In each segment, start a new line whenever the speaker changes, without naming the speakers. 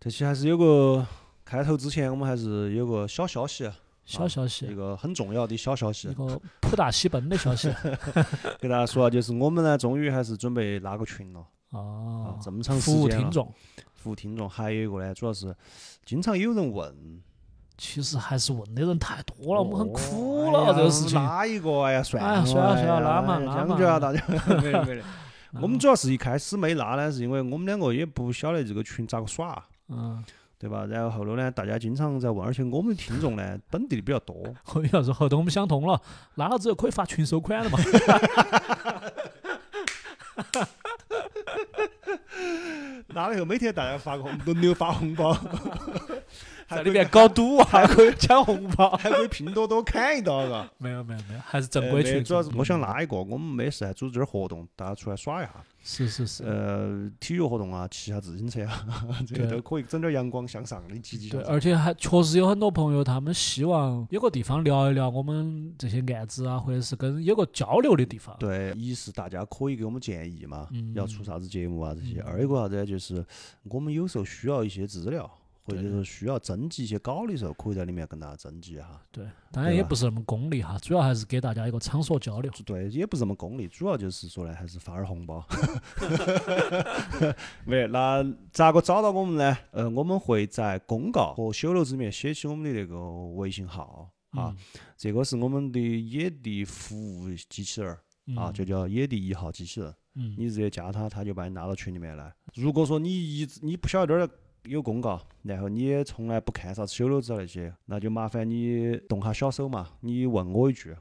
这期还是有个开头之前，我们还是有个小消息，啊
小消
一
息，
个很重要的小消息
一，个普大喜奔的 消息
给大家说啊，就是我们呢，终于还是准备拉个群了，
哦
啊，这么长时
服务
间
听
了
众，
服务听众。还有一个呢，主要是经常有人问，
其实还是问的人太多了，我们很
哦
苦
哎
了
呀
这个事情。
拉一个，哎呀，算
哎呀
了，
算了算了
哎呀
拉嘛
哎呀
拉
将
嘛
就啊，大 家没得没得。
嗯
我们主要是一开始没拉呢，是因为我们两个也不晓得这个群咋个耍，
嗯，
对吧？然后后头呢，大家经常在问，而且我们的听众呢，本地的比较多，
后面要是后头我们想通了，拉了之后可以发群收款了嘛？
拉了以后每天大家发个红轮流发红包，
在里面搞赌啊，还可以抢红包。
还可以拼多多砍一刀，嘎。
没有没有没有，还是正规
呃没
群。嗯
主要是我想拉一个，我们没事还组织点儿活动，大家出来耍一下。
是是是，
呃，体育活动啊，骑下自行车啊， 这
对
个都可以整点阳光向上的积极
对，
向上。
而且还确实有很多朋友，他们希望有个地方聊一聊我们这些案子啊，或者是跟有个交流的地方。
对，一是大家可以给我们建议嘛，
嗯
要出啥子节目啊这些；
嗯
二一个啥子呢，就是我们有时候需要一些资料，或者
对
说需要征集一些稿的时候，可以在里面跟大家征集一下。
对，当然
对
也
吧
不是那么功利哈，主要还是给大家一个场所交流。
对，也不是那么功利，主要就是说呢，还是发点儿红包。 没，那咋个找到我们呢？呃，我们会在公告和修楼里面写起我们的那个微信号啊，
嗯
这个是我们的野地服务机器人儿
嗯
啊，
嗯
就叫野地一号机器人。
嗯，
你直接加他，他就把你拉到群里面来。如果说你一直你不晓得这儿有公告，然后你也从来不看啥子修楼子那些，那就麻烦你动下小手嘛，你问我一句。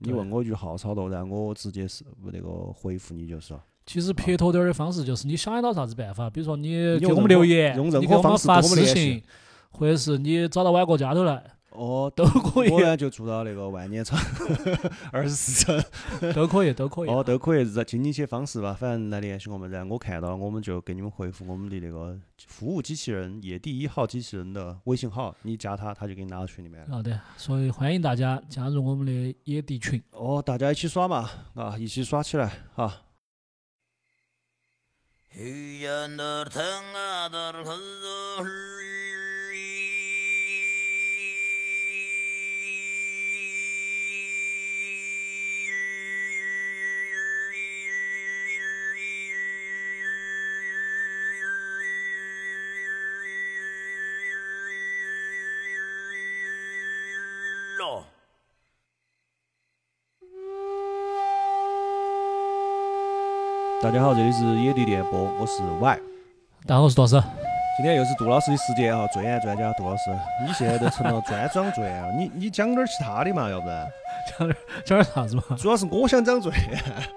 你
对
问我一句号操作，然后我直接是那个回复你就是了。
其实撇脱点儿的方式就是你想得到啥子办法，比如说你
你
给
用
我们
任何
留言，
用任
你
何
给我
方
们
式
发
跟我们联
私
系
信，或者是你找到歪哥家头来，
哦，
都可以
我，呢就住到那个万年城二十四层，
都可以，都可以。
哦，都可以，在经一些方式吧，反正来联系我们，然后我看到了，我们就给你们回复我们的那个服务机器人野地一号机器人的微信号，你加他，他就给你拉到群里面来。
好的，所以欢迎大家加入我们的野地群。
哦，大家一起耍嘛，啊，一起耍起来啊！
Hyandır tanadır hızır Oh.
大家好，这里是野地电波，我是 Y，
大家好，我是多少？
今天又是杜老师的时间啊，最爱专家杜老师，你现在都成了专长最爱了，你你讲点儿其他的嘛，要不然，
讲点儿 讲点儿啥 子嘛？
主要是我想讲最爱，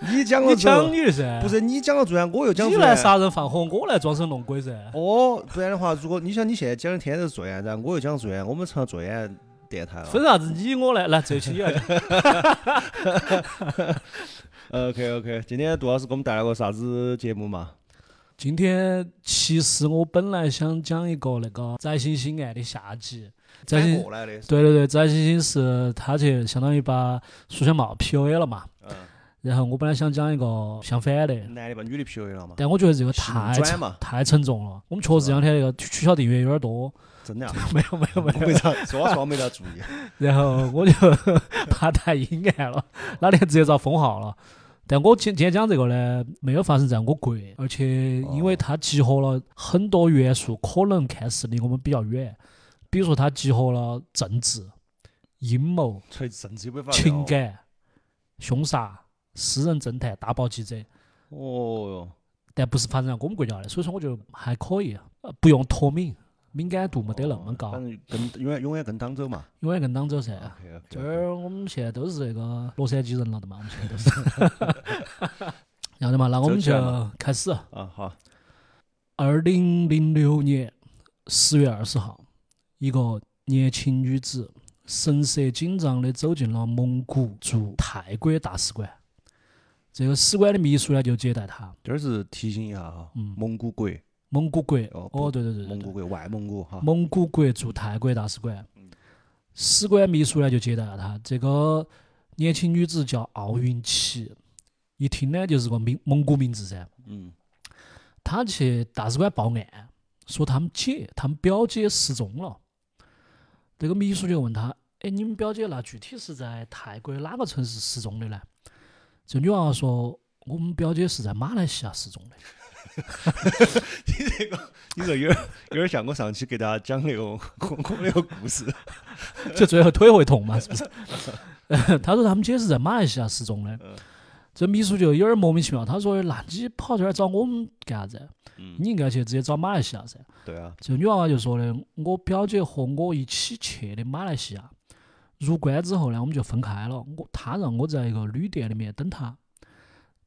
你讲了
你
最
讲
爱，
你的噻，
不是你讲了最爱，我又讲
你
最
来
爱。
杀人放火，我来装神弄鬼噻。
哦，不然的话，如果你想你现在讲的天都是最爱，然后我又讲最爱，我们成了最爱电台了。
分啥子你我来，来这一期你 来讲。
OK OK，今天杜老师给我们带来个啥子节目嘛？
今天其实我本来想讲一个那个翟星星案的下集，翟
反
星
过来的，
对对对，翟星星是他去相当于把苏小茂 PUA 了嘛，
嗯，
然后我本来想讲一个相反的，
男的把女的 PUA 了嘛？
但我觉得这个
性
太
转
沉
嘛
太沉重了，我们确实这两天那个取取消订阅有点多，
真的啊？
没有没有没有，
没咋，说话说没咋注意。
然后我就怕太阴暗了，哪天直接遭封号了。但我今今天讲这个呢，没有发生在我国，而且因为它集合了很多元素，可能看似离我们比较远，比如说它集合了政治、阴谋、
吹甚至没法聊
情。感、凶杀、私人侦探、大暴击者，
哦
但不是发展在我们国家的，所以说我觉得还可以，呃不用脱敏，敏感度
哟，
没得那么高
反，正哦啊跟永远永远跟党走嘛。
永远跟党走噻。
OK，OK，OK
这儿我们现在都是那个洛杉矶人了的嘛，我们现在都是。 要得嘛，那我们
走起
就
来嘛
开始。
啊好，
二零零六年十月二十号，一个年轻女子神色紧张地走进了蒙古驻泰国大使馆。这个使馆的秘书呢就接待她。
这儿是提醒一下哈，
嗯
蒙古国，
蒙古国，
哦不
哦，对对对对
蒙古
对，
国，外蒙古哈。
蒙古国驻泰国大使馆。使馆秘书呢就接待了她。这个年轻女子叫奥运琪，一听呢就是个名蒙古名字噻。
嗯，
她去大使馆报案，说他们姐、他们表姐失踪了。那个秘书就问他：“哎，你们表姐那具体是在泰国哪个城市失踪的呢？”这女娃说：“我们表姐是在马来西亚失踪的。
你这有点有点像我上期给大家讲那个 空空那个故事。”
就最后腿会痛嘛，是不 是？他说他们姐是在马来西亚失踪的
嗯。
这秘书就有点莫名其妙，他说：“那你跑这儿找我们干啥子？
嗯，
你应该去直接找马来西亚噻。”
对啊，
这女娃娃就说的，我表姐和我一起去的马来西亚，入关之后呢，我们就分开了。我她让我在一个旅店里面等她，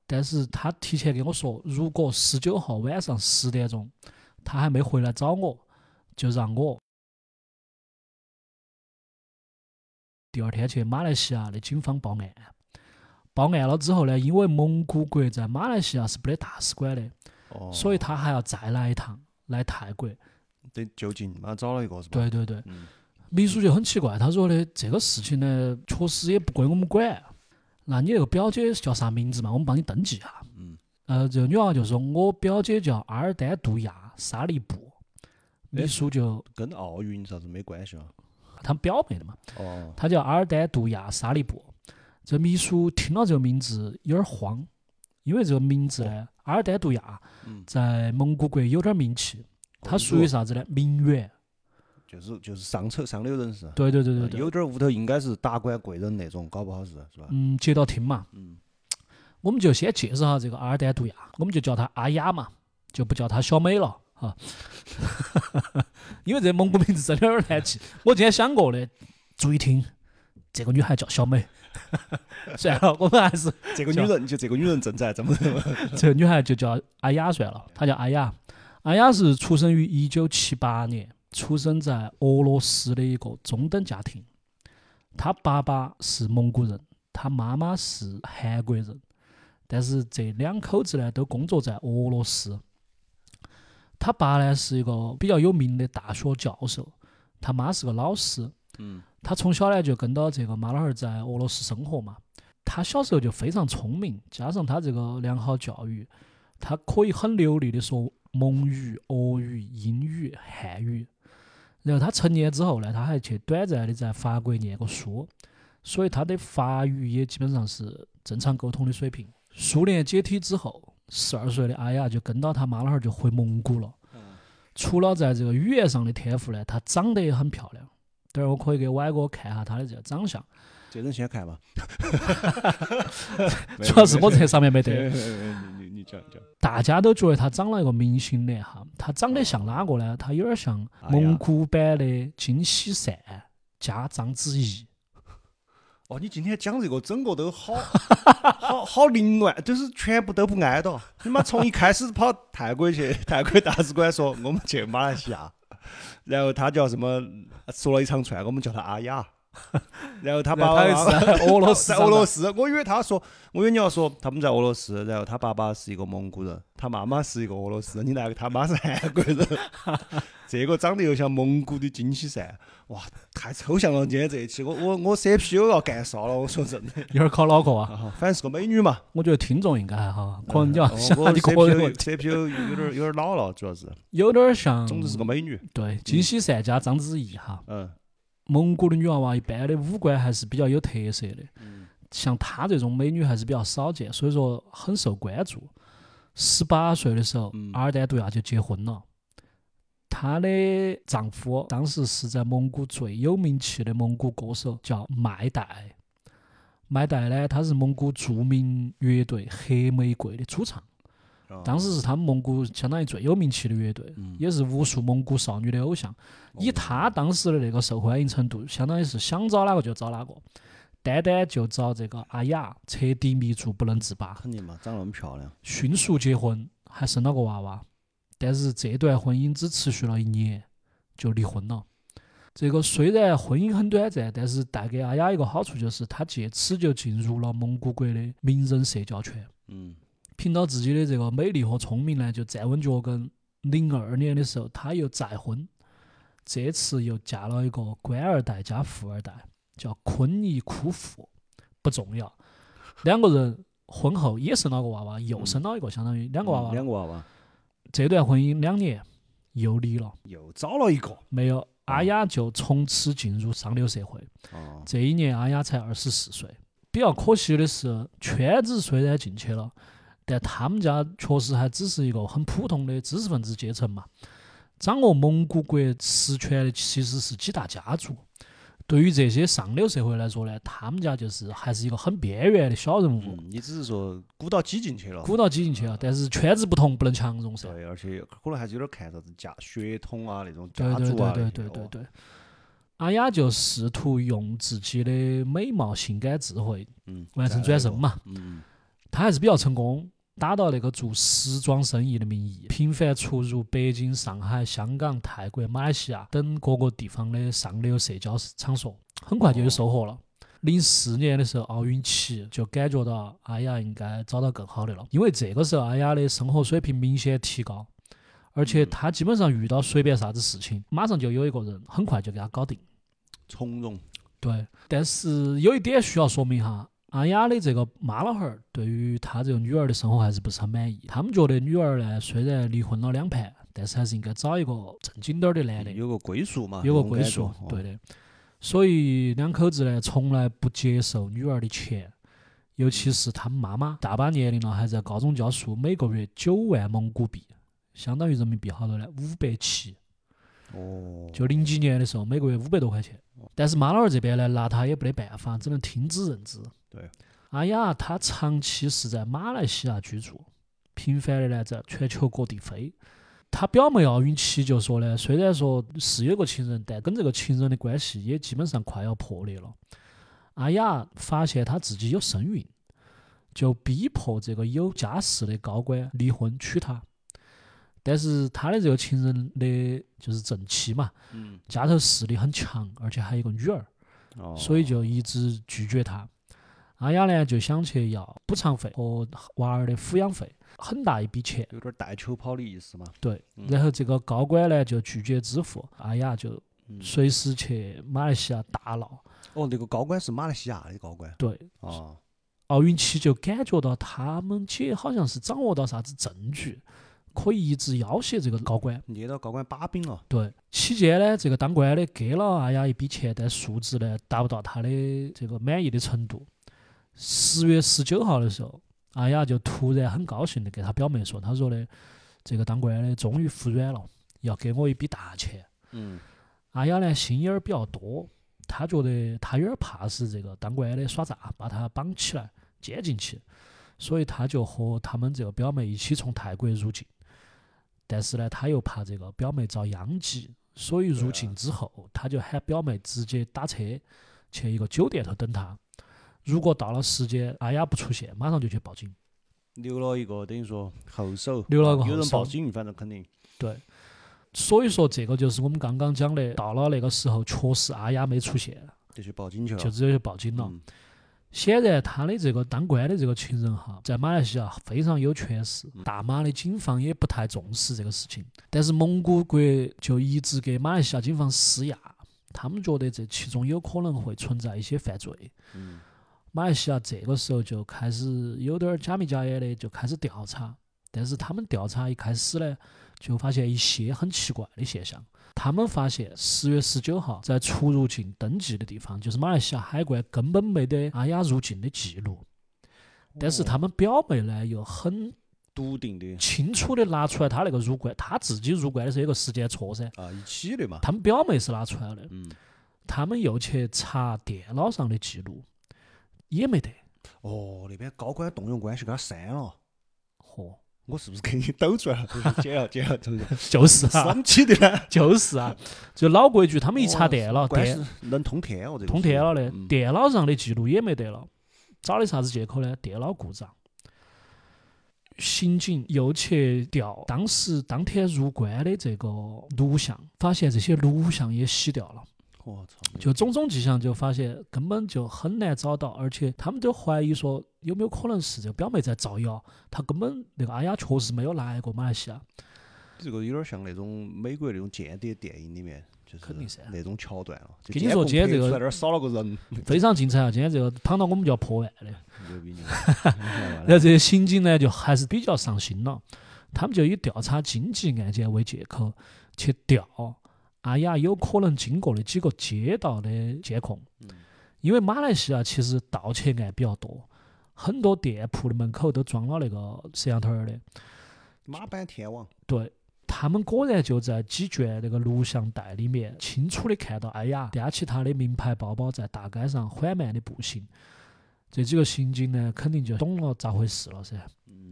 但是她提前跟我说，如果十九号晚上十点钟她还没回来找我，就让我第二天去马来西亚的警方报案。报案了之后呢，因为蒙古国在马来西亚是没得大使馆的，
哦，
所以她还要再来一趟，来泰国。
得就近，马上找了一个是吧？
对对对，
嗯
秘书就很奇怪，他说的这个事情呢，确实也不归我们管。那你那个表姐叫啥名字嘛？我们帮你登记下。
嗯，
呃，这个女娃就说，我表姐叫阿尔丹杜亚沙利布。
哎
秘书就
跟奥运啥子没关系啊？
他们表妹的嘛，
哦，
她叫阿尔丹杜亚沙利布。这秘书听了这个名字有点慌，因为这个名字呢，阿尔丹杜亚
哦嗯，哦
在蒙古国有点名气，它
公
属于
主
啥子呢？名媛。
就是就是上层上流人士，
对对对对对，
啊有点儿屋头应该是达官贵人那种，搞不好是是吧？
嗯，街道厅嘛。
嗯，
我们就先介绍下这个阿尔丹杜亚，我们就叫她阿雅嘛，就不叫她小美了哈。 因为这蒙古名字真的有点难记。我今天想过的，注意听，这个女孩叫小美。 算了，我们还是
这个女人就这个女人正在怎么怎么，
这个女孩就叫阿雅算了，她叫阿雅。阿雅是出生于一九七八年，出生在俄罗斯的一个中等家庭。她爸爸是蒙古人，她妈妈是韩国人，但是这两口子呢都工作在俄罗斯。她爸呢是一个比较有名的大学教授，她妈是个老师。
嗯，
他从小呢就跟到这个马老汉儿在俄罗斯生活嘛。他小时候就非常聪明，加上他这个良好教育，他可以很流利的说蒙语、俄语、英语、汉语。然后他成年之后呢，他还去短暂的在法国念过书，所以他的法语也基本上是正常沟通的水平。苏联解体之后，十二岁的阿雅就跟到他妈老汉儿就回蒙古了。除了在这个语言上的天赋呢，她长得也很漂亮。等会儿我可以给歪哥看一下她的这个长相，
这人先看 嘛。没有
主要是我这上面没
没有
得。
没有没有没有你你你讲讲，
大家都觉得她长了一个明星脸哈，她长得像哪个呢？她有点像
哎呀
蒙古版的金喜善加章子怡。
哦，你今天讲这个整个都好好好凌乱，就是全部都不挨到。你妈从一开始跑泰国去，泰国大使馆说我们去马来西亚，然后他叫什么说了一长串，我们叫他阿雅，然后他爸爸
她也
妈妈
是在俄罗斯
在
长
俄罗
大，
斯，我以为他说，我以为你要说他们在俄罗斯，然后他爸爸是一个蒙古人，他妈妈是一个俄罗斯人，你那个他妈是韩国人， 这个长得又像蒙古的金喜善，哇，太抽象了！今天这一期我我我 CPU 要干烧了，我说真的，
一会儿考脑壳啊。
啊反正是个美女嘛，
我觉得听众应该还好，可能你要
哦
想
我
你个人
CPU
问题
CPU 有点有点老了，主要是，
有点像，
总之是个美女，
对金喜善加章子怡哈。
嗯
蒙古的女娃娃一般的五官还是比较有特色的，
嗯
像她这种美女还是比较少见，所以说很受关注。十八岁的时候，
嗯
阿尔丹杜亚就结婚了。她的丈夫当时是在蒙古最有名气的蒙古歌手，叫麦代。麦代呢，他是蒙古著名乐队黑玫瑰的主唱，
哦
当时是他们蒙古相当于最有名气的乐队，
嗯
也是无数蒙古少女的偶像。以他当时的那个受欢迎程度，相当于是想找哪个就找哪个，单单就找这个阿雅，彻底迷住不能自拔，
肯定嘛，长那么漂亮，
迅速结婚，还生了个娃娃。但是这段婚姻只持续了一年，就离婚了。这个虽然婚姻很短暂，但是带给阿雅一个好处就是，她借此就进入了蒙古国的名人社交圈。
嗯
凭到自己的这个美丽和聪明呢，就站稳脚跟。零二年的时候，她又再婚，这次又嫁了一个官二代加富二代，叫昆尼库富，不重要。两个人婚后也生了个娃娃，又生了一个，相当于两个娃
嗯
娃。
两个娃娃，
这段婚姻两年，游离了，
又找了一个，
没有，阿雅就从此进入上流社会。
哦，
这一年阿雅才二十四岁。比较可惜的是，圈子虽然进去了，但他们家确实还只是一个很普通的知识分子阶层嘛。掌握蒙古国实权的其实是几大家族，对于这些上流社会来说呢，他们家就是还是一个很边缘的小人物，
嗯，你只是说鼓到挤进去了，
鼓到挤进去了。但是圈子不同，不能强融噻。
对，而且可能还是有点看啥子家血统啊那种家
对对
族啊
对对对对对。阿雅就试图用自己的美貌、性感、智慧
嗯，
完成转身，嘛。
嗯，
他还是比较成功，打到那个做时装生意的名义，频繁出入北京、上海、香港、泰国、马来西亚等各个地方的上流社交场所，很快就有收获了。零四年的时候，奥运期就感觉到阿雅应该找到更好的了，因为这个时候阿雅的生活水平明显提高，而且她基本上遇到随便啥子事情，马上就有一个人很快就给她搞定。
从容，
对，但是有一点需要说明哈，阿雅的这个妈老汉儿对于她这个女儿的生活还是不是很满意。他们觉得女儿呢虽然离婚了两盘，但是还是应该找一个正经点儿的男的，
有个归宿嘛，
哎有个
那种
归
感
宿
觉。
对
哦，
的，所以两口子呢从来不接受女儿的钱。尤
嗯
其是他们妈妈，大把年龄了，还在高中教书，每个月九万蒙古币，相当于人民币好多呢，五百七。
哦，
就零几年的时候，每个月五百多块钱。但是妈老二这边呢，拿他也没得办法，只能听之任之。
对，
阿雅她哎长期是在马来西亚居住，频繁的呢在全球各地飞。她表妹奥运期就说呢，虽然说是有个情人，但跟这个情人的关系也基本上快要破裂了。阿雅发现她自己有身孕，就逼迫这个有家室的高官离婚娶她。但是她的这个情人的，就是正妻嘛，
嗯，
家头势力很强，而且还有一个女儿，
哦
所以就一直拒绝他。阿雅呢就想去要补偿费和娃儿的抚养费，很大一笔钱。
有点带球跑的意思嘛，
对，
嗯
然后这个高官呢就拒绝支付，阿雅就
嗯
随时去马来西亚大闹。
哦，那个高官是马来西亚的高官，
对，
哦，
奥运期就感觉到他们姐好像是掌握到啥子证据，可以一直要挟这个高官。
捏到高官哦把柄了，
对，期间呢，这个当官的给了阿雅一笔钱，但数值呢达不到他的这个满意的程度。十月十九号的时候，阿雅就突然很高兴的给他表妹说：“他说的这个当官的终于服软了，要给我一笔大钱。
嗯，”
阿雅呢心眼儿比较多，她觉得她有点怕是这个当官的耍诈，把她绑起来监禁起，所以她就和他们这个表妹一起从泰国入境。但是呢，她又怕这个表妹遭殃及，所以
对
入
啊
境之后，她就喊表妹直接打车去一个酒店头等她。如果到了时间，阿雅不出现，马上就去报警。
留了一个等于说后手，
留了个
有
后
人
手
报警，反正肯定，
所以说，这个就是我们刚刚讲的，到了那个时候，确实阿雅没出现，
就去报警去了，
就直接去报警了。
嗯
显然，他的这个当官的这个情人哈，在马来西亚非常有权势，大马的警方也不太重视这个事情。但是蒙古国就一直给马来西亚警方施压，他们觉得这其中有可能会存在一些犯罪。
嗯，
马来西亚这个时候就开始有点儿假眉假眼的就开始调查，但是他们调查一开始呢，就发现一些很奇怪的现象。他们发现十月十九号在出入境登记的地方，就是马来西亚海关根本没得阿雅入境的记录，但是
哦
他们表妹呢又很
笃定的
清楚的拿出来她那个入关，她自己入关的时候有个时间错噻，
啊，一起的嘛，
他们表妹是拿出来的，
嗯，
他们又去查电脑上的记录，也没得，
哦，那边高官动用关系给他删了。
嚯、
我是不是给你抖出来了？ 剪了，剪了，真 是
就是啊，
生气的呢。
就是啊，就老规矩，他们一查电脑，
哦关
电
系能通天哦，这个
通天了的
嗯，
电脑上的记录也没得了，找的啥子借口呢？电脑故障。刑警又去调当时当天入关的这个录像，发现这些录像也洗掉了，
我操，
就种种迹象就发现根本就很难找到，而且他们都怀疑说有没有可能是这个表妹在造谣，她根本那个阿雅确实没有来过马来西亚，
这个有点像那种美国那种间谍电影里面，就是
肯定啊�噻
那种桥段哦了。
跟你说今天这个
在那儿少了个人，
非常精彩啊！今天这个躺到我们就要破案的。
牛逼牛
然后
逼！
这些刑警呢，就还是比较上心了，他们就以调查经济案件为借口，去调阿雅有可能经过的几个街道的监控，因为马来西亚其实盗窃案比较多，很多店铺的门口都装了那个摄像头儿的。
马版天王，
对他们果然就在几卷那个录像带里面清楚的看到艾雅掂起她的名牌包包在大街上缓慢的步行。这几个刑警呢，肯定就懂了咋回事了噻。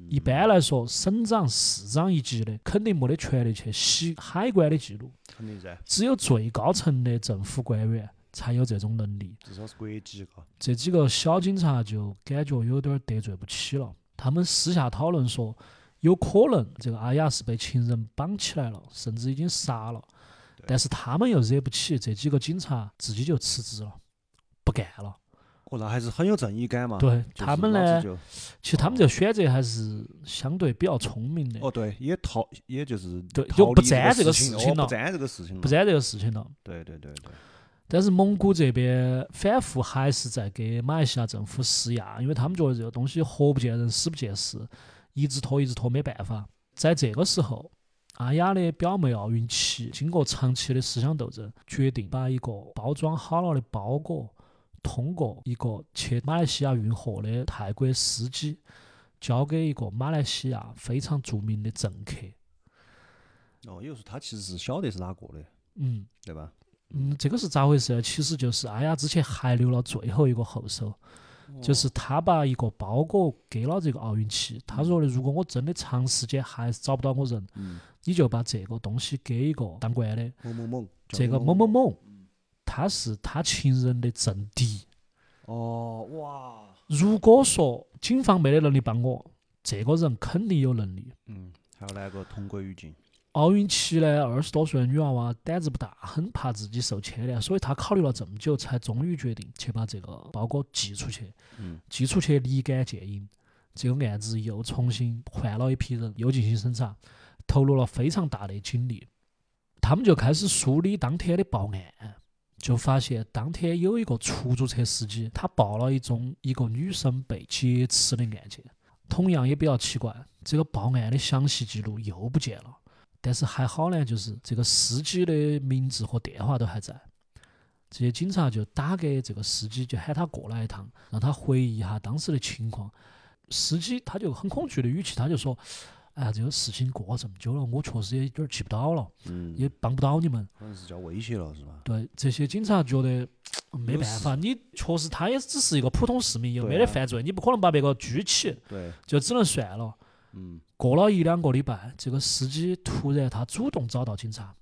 一般来说，省长、市长一级的肯定没得权利去洗海关的记录，
肯定噻，
只有最高层的政府官员才有这种能力。
至少是国籍嘎。
这几个小警察就感觉有点儿得罪不起了。他们私下讨论说，有可能这个阿雅是被情人绑起来了，甚至已经杀了。但是他们又惹不起，这几个警察自己就辞职了，不干了。
哦，那还是很有正义感嘛。
对
啊就是
他们
老子
呢，
就
其实他们这个选择还是相对比较聪明的，
哦，对，也逃，也就是
对
逃
就
离
不沾
这
这
个
个
事
事
情
情
哦
了
不沾这个事情了，
不然这个事情了。
对对对对，
但是蒙古这边反复还是在给马来西亚政府施压，因为他们觉得这个东西活不见人，死不见尸，一直拖一直拖没办法。在这个时候，阿雅的表妹奥运琪经过长期的思想斗争，决定把一个包装好了的包裹通过一个去马来西亚运货的泰国司机交给一个马来西亚非常著名的政客。
哦，也就是他其实是晓得是哪个的，
嗯，
对吧？
嗯，这个是咋回事呢？其实就是阿雅之前还留了最后一个后手，就是他把一个包裹给了这个奥运奇，他说的，如果我真的长时间还是找不到我人，
嗯，
你就把这个东西给一个当官的，
某某某，叫
这个某
某
某某，他是他情人的政敌。
哦，哇，
如果说警方没得能力帮我，这个人肯定有能力。
嗯，还有那个同归于尽，
奥运奇呢，二十多岁的女娃娃胆子不大，很怕自己受牵连，所以她考虑了这么久，才终于决定去把这个包裹寄出去。
嗯，
寄出去立竿见影，这个案子又重新换了一批人，又进行审查，投入了非常大的精力。他们就开始梳理当天的报案，就发现当天有一个出租车司机，他报了一宗一个女生被劫持的案件，同样也比较奇怪，这个报案的详细记录又不见了。但是还好呢，就是这个司机的名字和电话都还在。这些警察就打给这个司机，就喊他过来一趟，让他回忆一下当时的情况。司机他就很恐惧的语气，他就说：“哎呀，这个事情过了这么久了，我确实也有点记不到了，
嗯，
也帮不到你们。
可能是叫威胁了，是吧”？
对，这些警察觉得没
有
办法，你确实他也只是一个普通市民，又
对
没得
啊
犯罪，你不可能把别个拘起，
对，
就只能算了。
嗯，
过了一两个礼拜，这个司机突然他主动找到警察，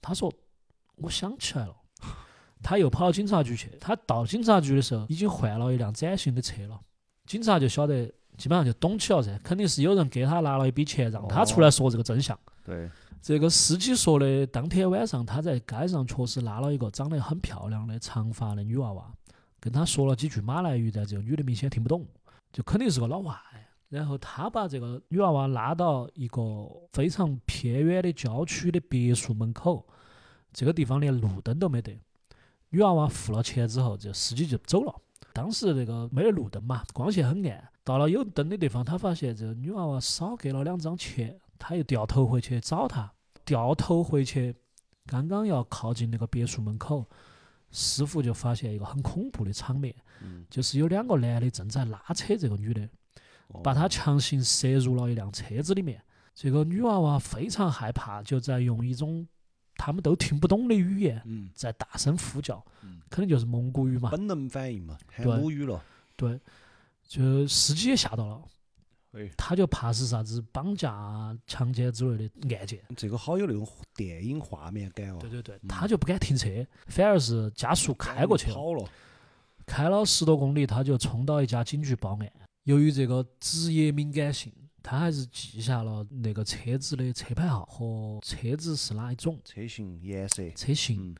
他说：“我想起来了。”他又跑到警察局去。他到警察局的时候，已经换了一辆崭新的车了。警察就晓得，基本上就懂起了噻，肯定是有人给他拿了一笔钱，让他出来说这个真相。
对，
这个司机说的，当天晚上他在街上确实拉了一个长得很漂亮的长发的女娃娃，跟他说了几句马来语，但这个女的明显听不懂，就肯定是个老外。然后他把这个女娃娃拉到一个非常偏远的郊区的别墅门口，这个地方连路灯都没得。女娃娃付了钱之后，这司机就走了。当时那个没得路灯嘛，光线很暗。到了有灯的地方，他发现这个女娃娃少给了两张钱，他又掉头回去找她，掉头回去，刚刚要靠近那个别墅门口，师傅就发现一个很恐怖的场面，
嗯，
就是有两个男的正在拉扯这个女的，
哦
把她强行塞入了一辆车子里面。这个女娃娃非常害怕，就在用一种他们都听不懂的语言
嗯，
在大声呼叫
嗯，
肯定就是蒙古语嘛。
本能反应嘛，喊
啊对
母语了，
对，就司机也吓到了
哎，
他就怕是啥子绑架啊、强奸之类的案件。
这个好有那种电影画面感哦
对，对对，他就不敢停车，反而是加速开过去了。
跑了，
开了十多公里，他就冲到一家警局报案。由于这个职业敏感性，他还是记下了那个车子的车牌号和车子是哪一种
车型颜色，
车型。
嗯，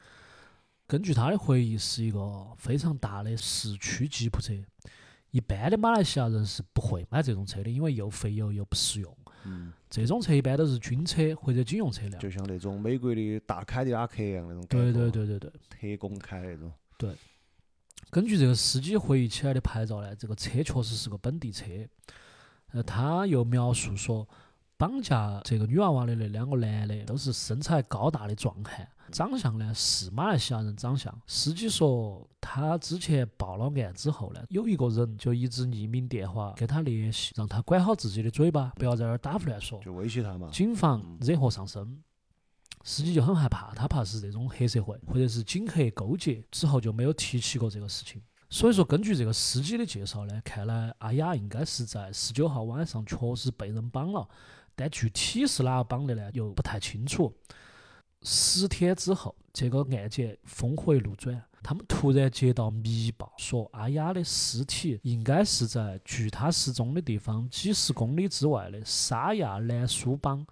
根据他的回忆，是一个非常大的市区吉普车。一般的马来西亚人是不会买这种车的，因为又费油又不实用。
嗯，
这种车一般都是军车或者警用车辆。
就像那种美国的大凯迪拉克一样那种，
对对，对对对。
特工开那种，
根据这个司机回忆起来的牌照呢，这个车确实是个本地车。呃，他又描述说，绑架这个女娃娃的那两个男的都是身材高大的壮汉，长相呢是马来西亚人长相。司机说他之前报了案之后呢，有一个人就一直匿名电话跟他联系，让他管好自己的嘴巴，不要在那儿打胡乱说。
就威胁他嘛。
谨防惹祸上身。司机就很害怕，他怕是这种黑社会或者是警黑勾结，之后就没有提起过这个事情。所以说，根据这个司机的介绍呢，看来阿雅应该是在十九号晚上确实被人绑了，但具体是哪个绑的呢，又不太清楚。十天之后，这个案件峰回路转，他们突然接到密报，说阿雅的尸体应该是在距她失踪的地方几十公里之外的沙亚南苏邦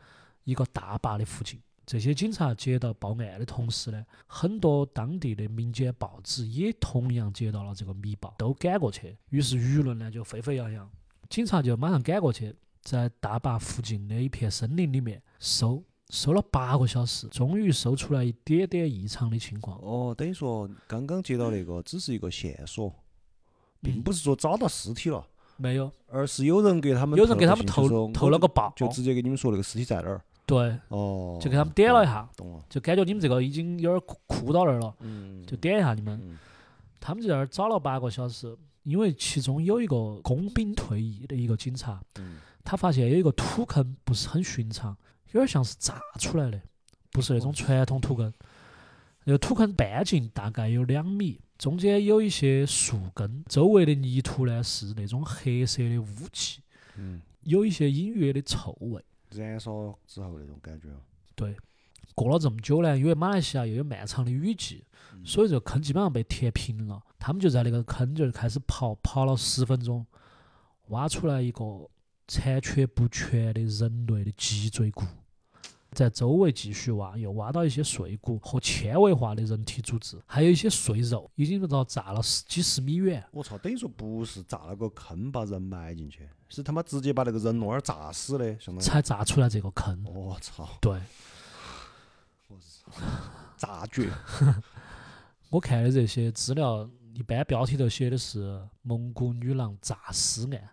一个大坝的附近。这些警察接到报案的同时呢，很多当地的民间报纸也同样接到了这个密报，都赶过去。于是舆论呢就沸沸扬扬，警察就马上赶过去，在大坝附近的一片森林里面搜，搜了八个小时，终于搜出来一点点异常的情况。
哦，等于说刚刚接到那个只是一个线索，并
嗯
不是说找到尸体了，
没有，
而是有人给他们
有人给他们
透个信就
投
说
投了个报，
就直接给你们说那个尸体在哪儿。
对，
哦，
就给他们点了一下，
懂了。
就感觉你们这个已经有点酷酷到那儿了，
嗯，
就点一下你们。
嗯
他们就在那儿找了八个小时，因为其中有一个工兵退役的一个警察，
嗯
他发现有一个土坑不是很寻常，有点像是炸出来的，不是那种传统土坑。那个土坑半径大概有两米，中间有一些树根，周围的泥土呢是那种黑色的污迹，
嗯，
有一些隐约的臭味。
燃烧之后那种感觉。
过了这么久呢，因为马来西亚又有漫长的雨季，
嗯
所以这个坑基本上被填平了。他们就在那个坑就开始刨，刨了十分钟，挖出来一个残缺不全的人类的脊椎骨，在周围继续挖，又挖到一些碎骨和纤维化的人体组织，还有一些碎肉，已经到炸了十几十米远。
我操，等于说不是炸了个坑把人埋进去，是他妈直接把那个人弄儿炸死的，相当于。
才炸出来这个坑，
我操，
对，
炸绝！
我看的这些资料，一般标题都写的是蒙古女郎诈尸案，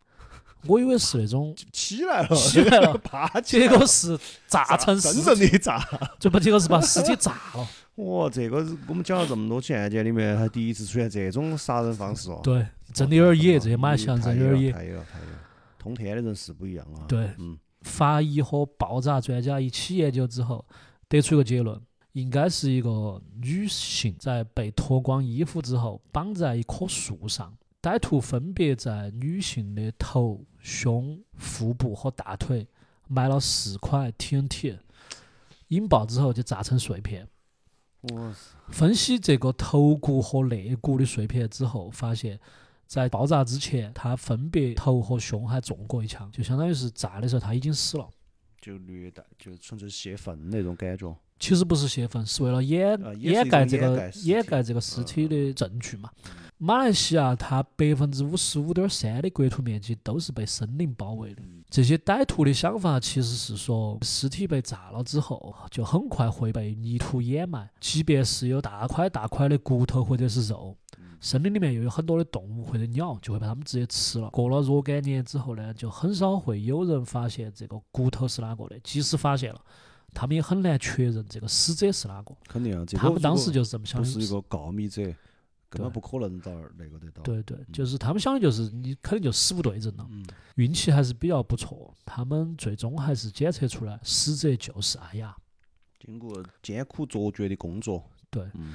我以为是 那种
起来了，
起 来了
爬起来
结
了，
果是炸
炸
成
真
尸
正
体，
的炸。
就把结果是把尸体炸了。
哇，这个是我们讲了这么多起案件里面，还第一次出现这种杀人方 式哦。哦
对，真的有点野，
哇
这些马来西亚人
太
真
野
的有
了
点野。
太野了，太野了。通天的人是不一样啊。，
对，
嗯，
法医和爆炸专家一起研究之后，得出一个结论。应该是一个女性在被脱光衣服之后绑在一棵树上，歹徒分别在女性的头、胸、腹部和大腿埋了四块 TNT，引爆之后就炸成碎片。
我操，
分析这个头骨和肋骨的碎片之后，发现，在爆炸之前，他分别头和胸还中过一枪，就相当于是炸的时候他已经死了。
就虐待，就纯粹泄愤那种感觉。
其实不是泄愤，是为了掩
呃也是一
掩盖
种
这
掩
个
盖尸体
掩盖这个尸体的证据嘛。马来西亚它百分之五十五点三的国土面积都是被森林包围的。这些歹徒的想法其实是说，尸体被炸了之后，就很快会被泥土掩埋，即便是有大块大块的骨头或者是肉，森林里面又有很多的动物或者鸟，就会把它们直接吃了。过了若干年之后呢，就很少会有人发现这个骨头是哪个的，即使发现了。他们也很难确认这个死者是哪个。
肯定啊，这个
他们当
如
时
果
就是这么想
不
的，
是一个告密者，根
对
本不可能到那个得到。，
对对，就是他们想的就是你肯定就死不对人了。
嗯，
运气还是比较不错，他们最终还是检测出来死者就是阿雅。
经过艰苦卓绝的工作，
对，
嗯，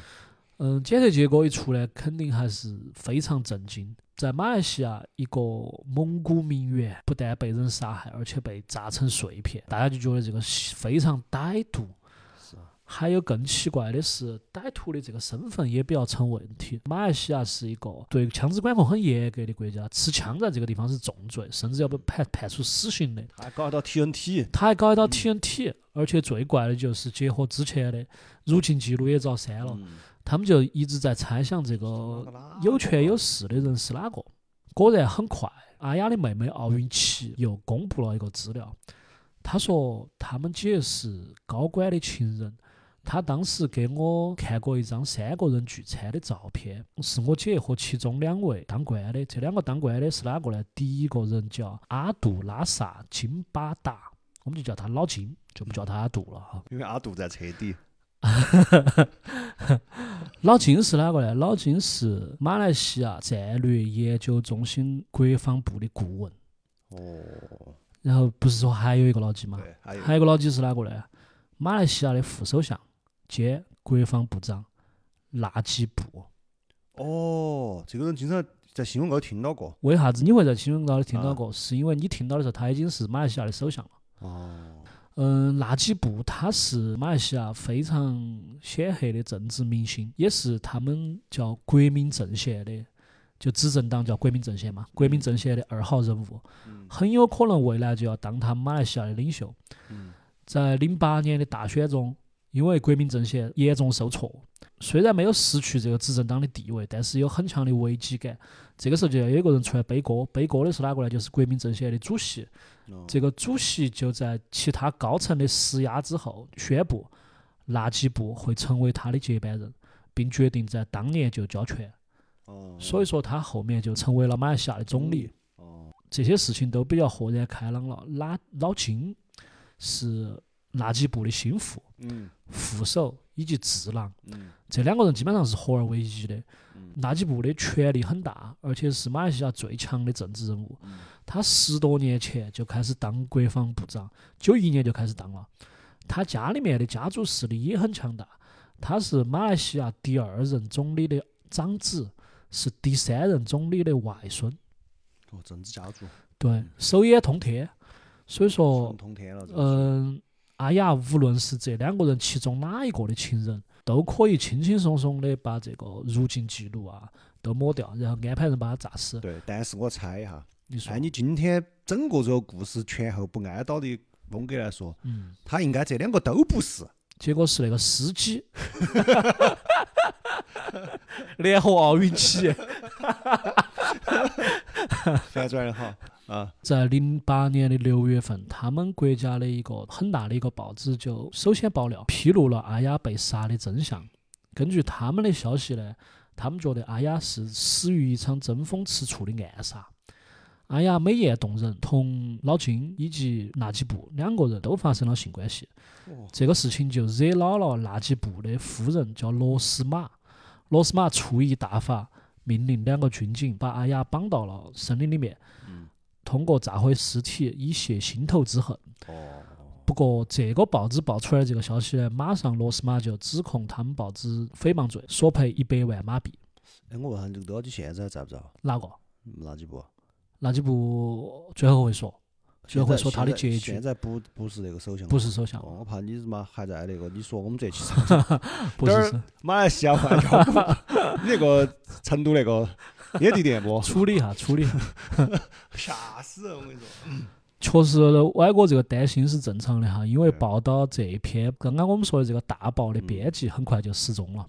嗯，检测结果一出来，肯定还是非常震惊。在马来西亚，一个蒙古名媛不但被人杀害，而且被炸成碎片，大家就觉得这个非常歹毒。
是啊，
还有更奇怪的是，歹徒的这个身份也比较成问题。马来西亚是一个对枪支管控很严格的国家，持枪在这个地方是重罪，甚至要被判判处死刑的。
他还搞到 TNT，
他还搞一道
嗯
TNT，而且最怪的就是结合之前的入境记录也遭删了，
嗯
他们就一直在猜想这个
啊
有权有势的人是哪个。果然很快，阿雅的妹妹奥运琪又公布了一个资料，她说他们姐是高管的情人。她当时给我看过一张三个人聚餐的照片，是我姐和其中两位当官的。这两个当官的是哪个呢？第一个人叫阿杜拉萨金巴达，我们就叫他老秦，就不叫他阿杜了哈。
因为阿杜在车底，
老金是哪个呢？老金是马来西亚战略研究中心国防部的顾问。
哦，
然后不是说还有一个老金吗？
对，还有
还有一个老金是哪个呢？马来西亚的副首相兼国防部长纳吉布。
哦，这个人经常在新闻高头听到过，
为啥子你会在新闻高头听
啊
到过？是因为你听到的时候，他已经是马来西亚的首相了。
哦，
嗯，纳吉布他是马来西亚非常显赫的政治明星，也是他们叫国民阵线的，就执政党叫国民阵线嘛，国民阵线的二号人物，
嗯
很有可能未来就要当他马来西亚的领袖。
嗯，
在零八年的大选中，因为国民阵线严重受挫，虽然没有失去这个执政党的地位，但是有很强的危机感。这个时候就要有一个人出来背锅，背锅的是哪个呢？就是国民阵线的主席。
哦
这个主席就在其他高层的施压之后，宣布纳吉布会成为他的接班人，并决定在当年就交权。
哦，
所以说，他后面就成为了马来西亚的总理。
哦，
这些事情都比较豁然开朗了。拉老金是纳吉布的心腹，
嗯
副手以及智囊
嗯
这两个人基本上是合二为一的。
嗯
纳吉布的权力很大，而且是马来西亚最强的政治人物。
嗯
他十多年前就开始当国防部长，九一年就开始当了。他家里面的家族势力也很强大，他是马来西亚第二任总理的长子，是第三任总理的外孙。
哦，政治家族，
对，手眼通天。所以说
神，通天了，这个是，
嗯，阿雅无论是这两个人其中哪一个的情人，都可以轻轻松松的把这个入境记录啊都抹掉，然后安排人把他炸死。
对，但是我猜哈，哎
你说
按？你今天整个这个故事前后不挨到的风格来说，
嗯，
他应该这两个都不 是，
结果是那个司机， 联合奥运起，
反转了哈，啊，
在零八年的六月份，他们国家的一个很大的一个报纸就首先爆料，披露了阿雅被杀的真相。根据他们的消息呢，他们觉得阿雅是死于一场争风吃醋的暗杀。阿雅美艳动人，同老金以及纳吉布两个人都发生了性关系。
哦
这个事情就惹恼了纳吉布的夫人，叫罗斯玛。罗斯玛处以大法，命令两个军警把阿雅绑到了森林里面，通过炸毁尸体以泄心头之恨。
哦，
不过，这个报纸爆出来这个消息呢，马上罗斯玛就指控他们报纸诽谤罪，索赔一百万马币。
哎，我问下这个东西现在还在不在？
哪个？
哪几部？
那几部最后会说，最后会说他的结
现
局，
在不不是那个首相，
不。是首相，
哦，我怕你日妈还在那个，你说我们这期
不是
等
是
马来西亚外交 部，你那个成都那个野地电波，
处理一下，处理一下。
吓死人！我跟你说，
确实，歪哥这个担心是正常的哈，因为
对嗯
报道这一篇，刚刚我们说的这个大报的编辑很快就失 踪了。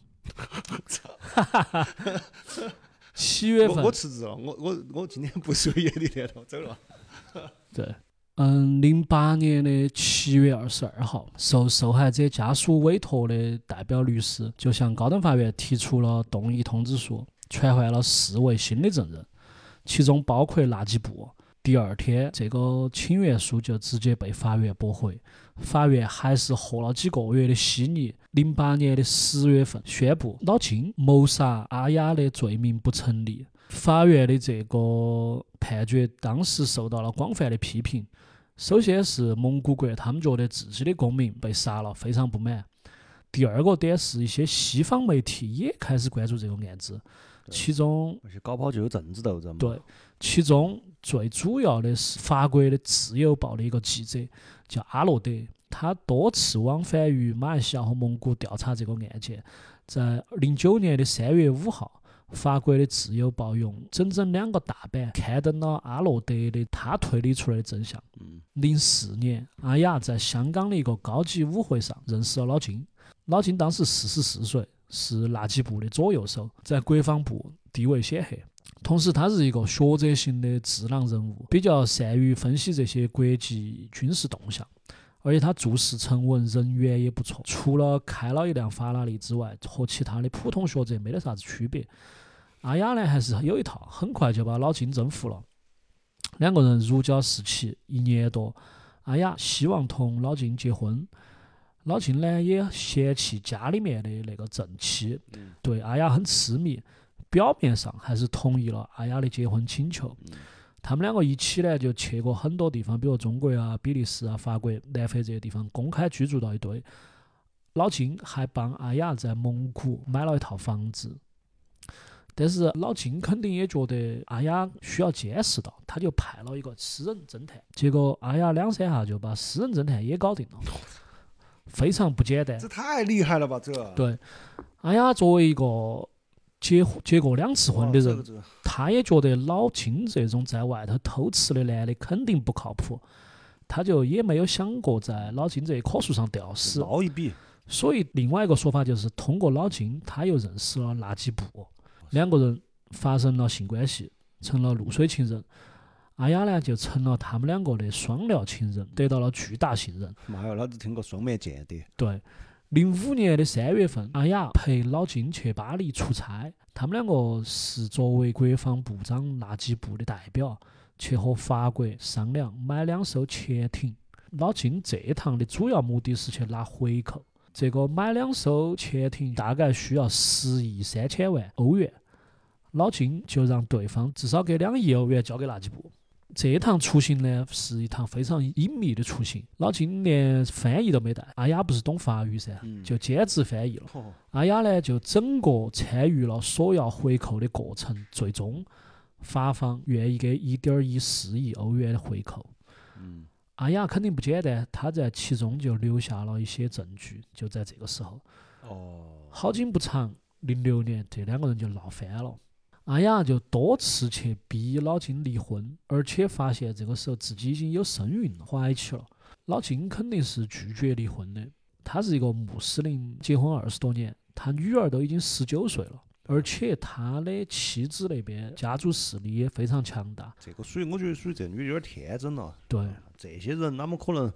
七月份
我我，辞职了，我我我今天不属于野地电波，走了。
对，嗯，零八年的七月二十二号，受受害者家属委托的代表律师就向高等法院提出了动议通知书，传唤了四位新的证人，其中包括纳吉布。第二天，这个请愿书就直接被法院驳回。法院还是和了几个月的稀泥。零八年的十月份，宣布老金谋杀阿雅的罪名不成立。法院的这个判决当时受到了广泛的批评。首先是蒙古国，他们觉得自己的公民被杀了，非常不满。第二个点是一些西方媒体也开始关注这个案子，
对
其中
而且搞不好就有政治斗争嘛。
对，其中最主要的是法国的《自由报》的一个记者叫阿罗德，他多次往返于马来西亚和蒙古调查这个案件。在零九年的三月五号，法国的《自由报》用整整两个大版刊登了阿罗德的他推理出来的真相。
嗯，
零四年，阿雅在香港的一个高级舞会上认识了老金。老金当时四十四岁，是纳吉布的左右手，在国防部地位显赫。同时，他是一个学者型的智囊人物，比较善于分析这些国际军事动向，而且他做事沉稳，人缘也不错。除了开了一辆法拉利之外，和其他的普通学者没得啥子区别。阿雅呢，还是有一套，很快就把老金征服了。两个人如胶似漆，一年多，哎呀，希望同老金结婚。老金呢也嫌弃家里面的那个正妻，
嗯
对阿雅很痴迷，表面上还是同意了阿雅的结婚请求。
嗯
他们两个一起呢，就去过很多地方，比如中国啊、比利时啊、法国、南非这些地方，公开居住到一堆。老金还帮阿雅在蒙古买了一套房子，但是老金肯定也觉得阿雅需要监视到，他就派了一个私人侦探。结果阿雅两三下就把私人侦探也搞定 了，非常不简单。
这太厉害了吧？这
对阿雅哎作为一个结婚结过两次婚
哇
的
哦这
人
个，这个
他也觉得老金这种在外头偷吃的男的肯定不靠谱，他就也没有想过在老金这一棵树上吊死。
捞一笔，
所以另外一个说法就是，通过老金，他又认识了垃圾布，两个人发生了性关系，成了露水情人。阿雅呢，就成了他们两个的双料情人，得到了巨大信任。
妈哟，老子听过双面间谍，
对，零五年的三月份，阿雅陪老金去巴黎出差，他们两个是作为国防部长纳吉布的代表，去和法国商量买两艘潜艇。老金这一趟的主要目的是去拿回扣。这个买两艘潜艇大概需要十亿三千万欧元，老金就让对方至少给两亿欧元交给纳吉布。这一趟出行呢，是一趟非常隐秘的出行。老金连翻译都没带，阿雅不是懂法语噻，
嗯
就兼职翻译了。
哦
阿雅呢，就整个参与了索要回扣的过程，最终法方愿意给一点一四亿欧元的回扣。
嗯，
阿雅肯定不简单，她在其中就留下了一些证据。就在这个时候，
哦，
好景不长，零六年这两个人就闹翻了。阿雅哎就多次去逼老金离婚，而且发现这个时候自己已经有身孕了，怀起了。老金肯定是拒绝离婚的，他是一个穆斯林，结婚二十多年，他女儿都已经十九岁了，而且他的妻子那边家族势力也非常强大。
这个属于我觉得属于这女的有点天真了。
对，
这些人哪么可能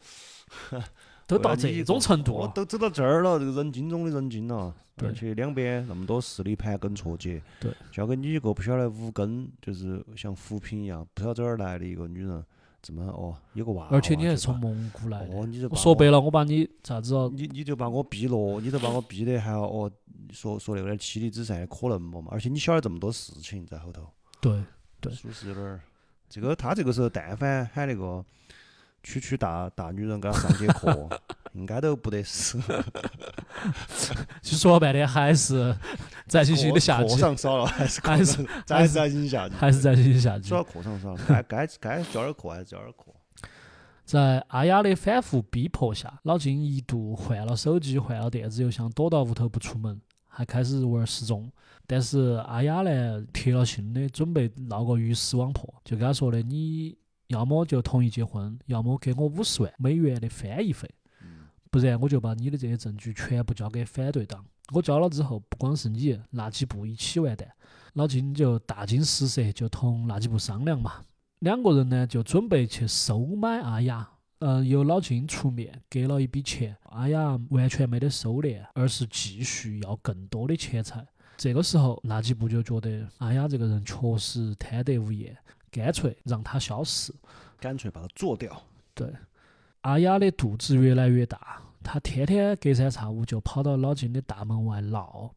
都到这种程度
我
了。
都走到这儿了，这个人精中的人精了，
啊对
而且两边那么多势力盘根错节，
对，
交给你一个不晓得无根，就是像浮萍一样，不晓得哪儿来的一个女人，怎么哦有个娃娃，
而且你还是
就把
从蒙古来的，
哦，你就
我
把
说白
我，
了，我把你咋子哦？
你你就把我逼落，你都把我逼得还要哦，说说那个点妻离子散的可能么嘛？而且你晓得这么多事情在后头，
对，对
属实有点儿。这个他这个时候，但凡喊那个区区大大女人给他上节 课，应该都不得死。
就说了半天还是翟欣欣的下
课
集。
上少 了还是
还是
还是还是下级，
还是在进行下集
主。要课上少了，该该该教点课还是教点课。
在阿雅的反复逼迫下，老金一度换了手机，换了电子邮箱，躲到屋头不出门，还开始玩失踪。但是阿雅呢，铁了心的准备闹个鱼死网破，就跟他说的：“你要么就同意结婚，要么给我五十万美元的翻译费，不然我就把你的这些证据全部交给反对党。我交了之后，不光是你，那几部一起完蛋。”老金就大惊失色，就同那几部商量嘛，两个人呢就准备去收买阿雅。呃，由老金出面给了一笔钱，阿雅完全没得收敛，而是继续要更多的钱财。这个时候，那几步就觉得阿雅这个人确实贪得无厌，干脆让他消失。
干脆把它做掉。
阿雅的肚子越来越大，她天天隔三差五就跑到老金的大门外闹。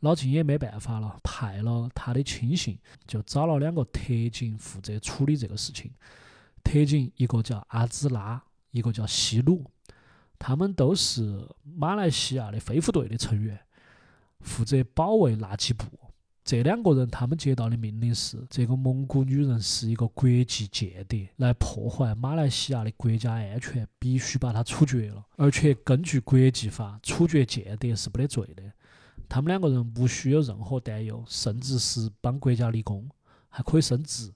老金也没办法了，派了他的亲信，就找了两个特警负责处理这个事情。特警一个叫阿兹拉，一个叫西鲁，他们都是马来西亚的飞虎队的成员，负责保卫纳吉布。这两个人他们接到的命令是，这个蒙古女人是一个国际间谍，来破坏马来西亚的国家安全，必须把她处决了。而且根据国际法，处决间谍是没得罪的。他们两个人无需有任何担忧，甚至是帮国家立功，还可以升职。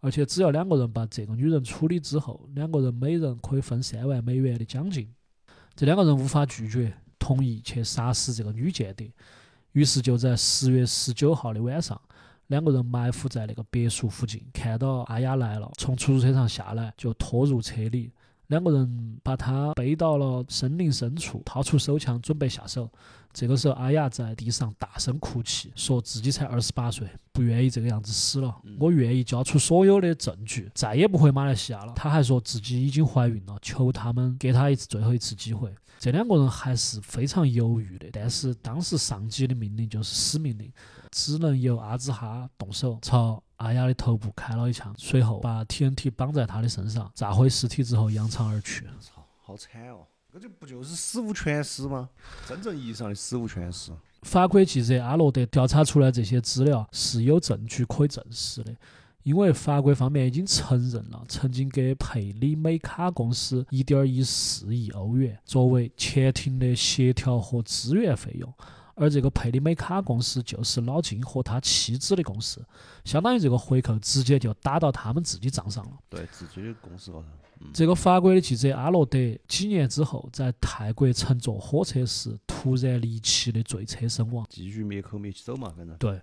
而且只要两个人把这个女人处理之后，两个人每人可以分三万美元的奖金。这两个人无法拒绝，同意去杀死这个女间谍。于是就在十月十九号的晚上，两个人埋伏在那个别墅附近，看到阿雅来了，从出租车上下来就拖入车里，两个人把他背到了森林深处，掏出手枪准备下手。这个时候，阿雅在地上大声哭泣，说自己才二十八岁，不愿意这个样子死了。我愿意交出所有的证据，再也不回马来西亚了。她还说自己已经怀孕了，求他们给她一次最后一次机会。这两个人还是非常犹豫的，但是当时上级的命令就是死命令，只能由阿兹哈动手朝阿雅的头部开了一枪，随后把 TNT 绑在她的身上，炸毁尸体之后扬长而去。
操，好惨哦！这就不就是死无全尸吗？真正意义上的死无全尸。
法国记者阿罗德调查出来这些资料是有证据可以证实的，因为法国方面已经承认了曾经给佩里美卡公司1.14亿欧元作为潜艇的协调和支援费用，而这个佩里美卡公司就是老金和他妻子的公司，相当于这个回扣直接就打到他们自己账上了。
对，自己的公司高头。
这个法国的记者阿罗德几年之后在泰国乘坐火车时突然离奇的坠车身亡。
继续灭口灭手嘛，反正。
对，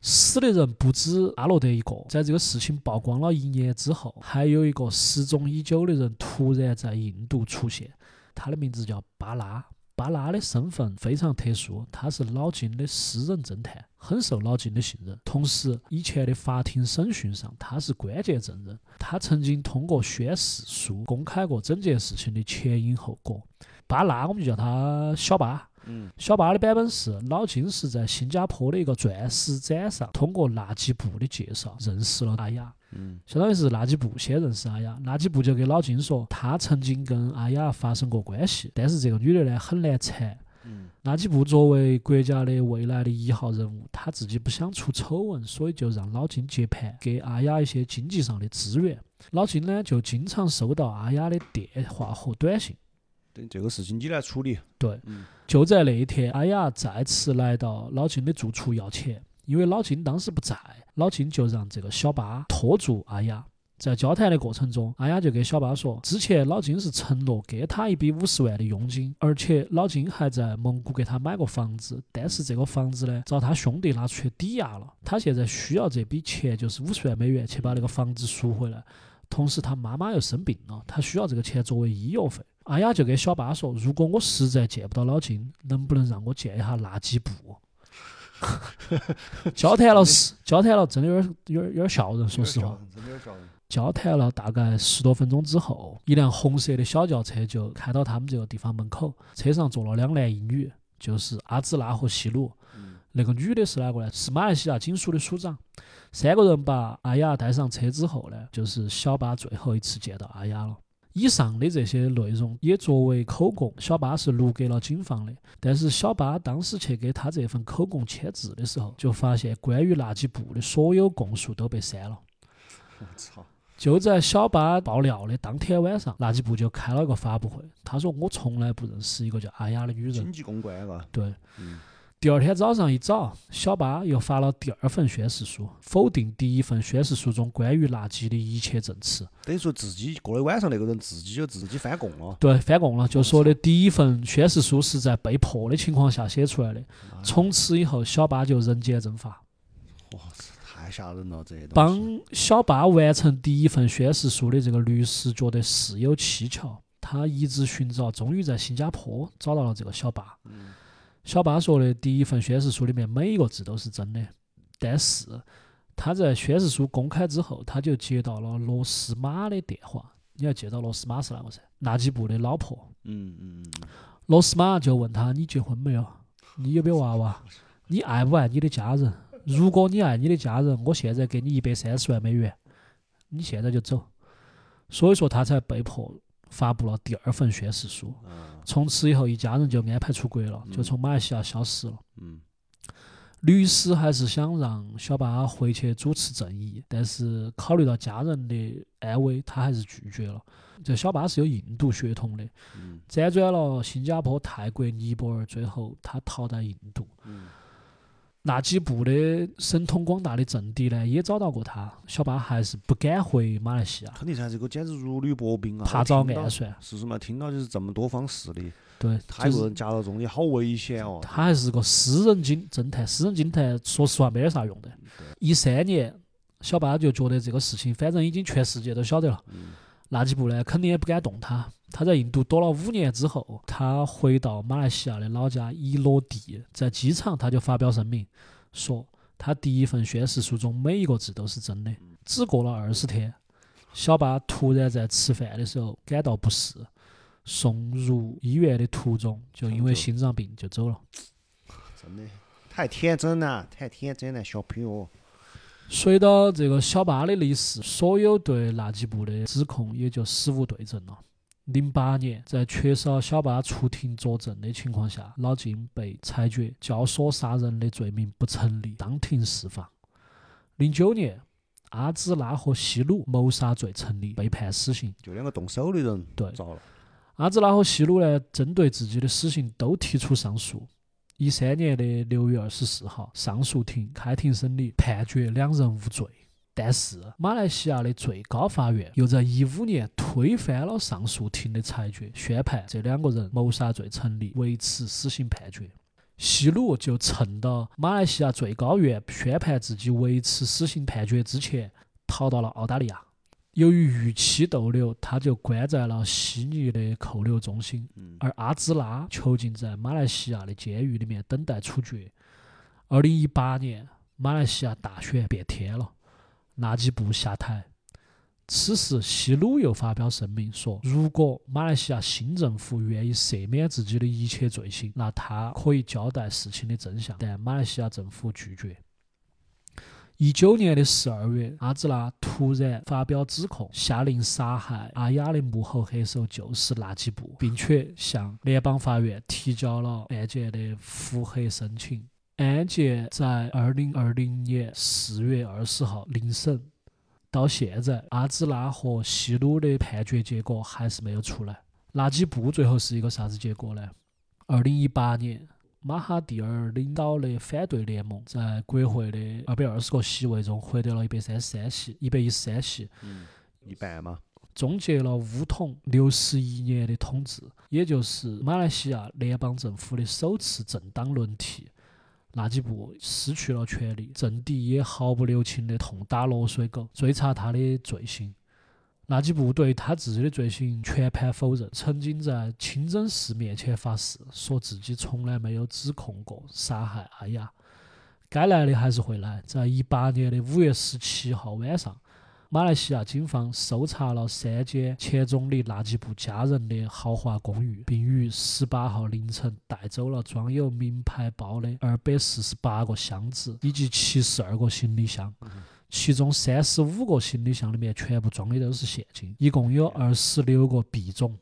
死的人不止阿罗德一个，在这个事情曝光了一年之后，还有一个失踪已久的人突然在印度出现，他的名字叫巴拉。巴拉的身份非常特殊，他是老金的私人侦探，很受老金的信任。同时，以前的法庭审讯上，他是关键证人。他曾经通过宣誓书公开过整件事情的前因后果。巴拉，我们就叫他小巴。
嗯，
小巴的版本是，老金是在新加坡的一个钻石展上，通过垃圾部的介绍认识了阿雅。
嗯，
相当于是垃圾部先认识阿雅，垃圾部就给老金说，他曾经跟阿雅发生过关系，但是这个女的呢很难缠。
嗯，
垃圾部作为国家的未来的一号人物，他自己不想出丑闻，所以就让老金接盘，给阿雅一些经济上的资源。老金呢就经常收到阿雅的电话和短信。
等这个事情你来处理。
对，
嗯
就在那一天，阿雅再次来到老金的住处要钱，因为老金当时不在，老金就让这个小巴拖住哎阿雅。在交谈的过程中，阿雅就给小巴说，之前老金是承诺给他一笔五十万的佣金，而且老金还在蒙古给他买过房子，但是这个房子呢，遭他兄弟拿出去抵押了，他现在需要这笔钱，就是五十万美元去把那个房子赎回来。同时他妈妈又生病了，他需要这个钱作为医药费。阿雅就给小巴说：“如果我实在见不到老金，能不能让我见一下垃圾部？” 交谈了十，交谈了，真的有点有点有点吓人，说实话。，
真的有点吓人。
交谈了大概十多分钟之后，一辆红色的小轿车就开到他们这个地方门口，车上坐了两男一女，就是阿兹拉和西鲁。
嗯
那个女的是哪个呢？是马来西亚警署的署长。三个人把阿雅带上车之后呢，就是小巴最后一次见到阿雅了。以上的这些内容也作为口供，小巴是录给了警方的。但是小巴当时去给他这份口供签字的时候，就发现关于垃圾部的所有供述都被删了。
我操！
就在小巴爆料的当天晚上，垃圾部就开了个发布会。他说：“我从来不认识一个叫阿雅的女人。
经济公关嘎”。
对，
嗯
第二天早上一早，小巴又发了第二份宣誓书，否定第一份宣誓书中关于垃圾的一切证词。
等于说自己过了晚上，那个人自己就自己翻供了。
对，翻供了，就说的第一份宣誓书是在被迫的情况下写出来的。从此以后，小巴就人间蒸发。
哇，太吓人了，这些东西。
帮小巴完成第一份宣誓书的这个律师觉得事有蹊跷，他一直寻找，终于在新加坡找到了这个小巴。
嗯
小巴说的第一份宣誓书里面每一个字都是真的，但是他在宣誓书公开之后，他就接到了罗斯玛的电话。你还记得罗斯玛是哪个噻？纳吉布的老婆。
嗯嗯嗯
罗斯玛就问他：“你结婚没有？你有没有 娃娃？你爱不爱你的家人？如果你爱你的家人，我现在给你一百三十万美元，你现在就走。”所以说他才被迫发布了第二份宣誓书。
嗯啊
从此以后，一家人就安排出国了，就
嗯
从马来西亚消失了。
嗯，
律师还是想让小巴回去主持正义，但是考虑到家人的安危，他还是拒绝了。这小巴是有印度血统的，
嗯
辗转了新加坡、泰国、尼泊尔，最后他逃到印度。
嗯
那几部的神通广大的政敌呢，也找到过他，小巴还是不敢回马来西亚，
肯定噻，这个简直如履薄冰啊！
怕
我
遭
听到
暗算。
是什么？听到就是这么多方势力，
对，
他一
就
个
是
人夹到中间，好危险哦！
他还是个私人警侦探，私人侦探说实话没得啥用的。
嗯
一三年，小巴就觉得这个事情反正已经全世界都晓得了，
嗯
哪几部呢？肯定也不敢动他。他在印度躲了五年之后，他回到马来西亚的老家，一落地在机场他就发表声明，说他第一份宣誓书中每一个字都是真的。
嗯
只过了二十天，小巴突然在吃饭的时候感到不适，送入医院的途中就因为心脏病就走了。
真的太天真了，太天真了，小朋友。
随着这个小巴的离世，所有对那吉布的指控也就死无对证了。零八年，在缺少小巴出庭作证的情况下，老金被裁决教唆杀人的罪名不成立，当庭释放。零九年，阿兹拉和西鲁谋杀罪成立，被判死刑。
就两个动手的人
对啊
遭了，
阿兹拉和西鲁呢，针对自己的死刑都提出上诉。一三年的六月二十四号，上诉庭开庭审理，判决两人无罪。但是，马来西亚的最高法院又在一五年推翻了上诉庭的裁决，宣判这两个人谋杀罪成立，维持死刑判决。西鲁就趁到马来西亚最高院宣判自己维持死刑判决之前，逃到了澳大利亚。由于逾期逗留，他就关在了悉尼的扣留中心，而阿兹拉囚禁在马来西亚的监狱里面等待处决。二零一八年，马来西亚大选变天了，纳吉布下台。此时，西鲁又发表声明说，如果马来西亚新政府愿意赦免自己的一切罪行，那他可以交代事情的真相，但马来西亚政府拒绝。一九年的十二月，阿兹拉突然发表指控，下令杀害阿雅的幕后黑手就是纳吉布，并且向联邦法院提交了案件的复核申请。案件在二零二零年四月二十号聆审，到现在，阿兹拉和西鲁的判决结果还是没有出来。纳吉布最后是一个啥子结果呢？二零一八年，马哈蒂尔领导的反对联盟在国会的啊二百二十个席位中获得了一百三十三席，一百一十三席，
一半嘛。
终结了巫统六十一年的统治，也就是马来西亚联邦政府的首次政党轮替。纳吉布失去了权力，政敌也毫不留情地痛打落水狗，追查他的罪行。纳吉布对他自己的罪行全盘否认，曾经在清真寺面前发誓，说自己从来没有指控过杀害阿雅。该来的还是会来。在一八年的五月十七号晚上，马来西亚警方搜查了三间前总理纳吉布家人的豪华公寓，并于十八号凌晨带走了装有名牌包的二百四十八个箱子以及七十二个行李箱，其中三十五个行李箱里面全部装的都是现金，一共有二十六个币种。